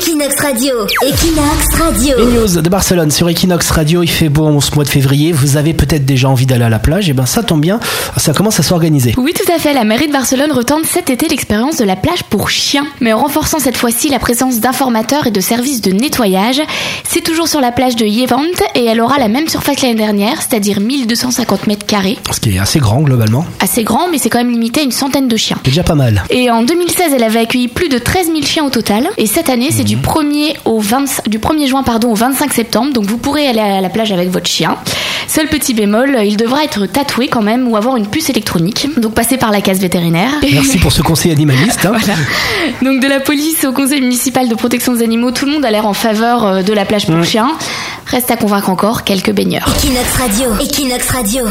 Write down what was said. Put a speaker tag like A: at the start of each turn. A: Equinox Radio, Equinox Radio,
B: Les news de Barcelone sur Equinox Radio, il fait beau en ce mois de février, vous avez peut-être déjà envie d'aller à la plage, et ben ça tombe bien, ça commence à s'organiser.
C: Oui, tout à fait. La mairie de Barcelone retente cet été l'expérience de la plage pour chiens, mais en renforçant cette fois-ci la présence d'informateurs et de services de nettoyage. C'est toujours sur la plage de Yevante et elle aura la même surface que l'année dernière, c'est-à-dire 1250 mètres carrés.
B: Ce qui est assez grand globalement,
C: Assez grand, mais c'est quand même limité à une centaine de chiens.
B: c'est déjà pas mal.
C: Et en 2016, elle avait accueilli plus de 13 000 chiens au total. Et cette année, c'est du 1er au 20 du 1er juin pardon, au 25 septembre. Donc vous pourrez aller à la plage avec votre chien. Seul petit bémol, il devra être tatoué quand même ou avoir une puce électronique. Donc passer par la case vétérinaire.
B: Merci pour ce conseil animaliste. hein.
C: Donc de la police au conseil municipal de protection des animaux, tout le monde a l'air en faveur euh, de la plage pour chiens. Reste à convaincre encore quelques baigneurs.
A: Equinox Radio, Equinox Radio.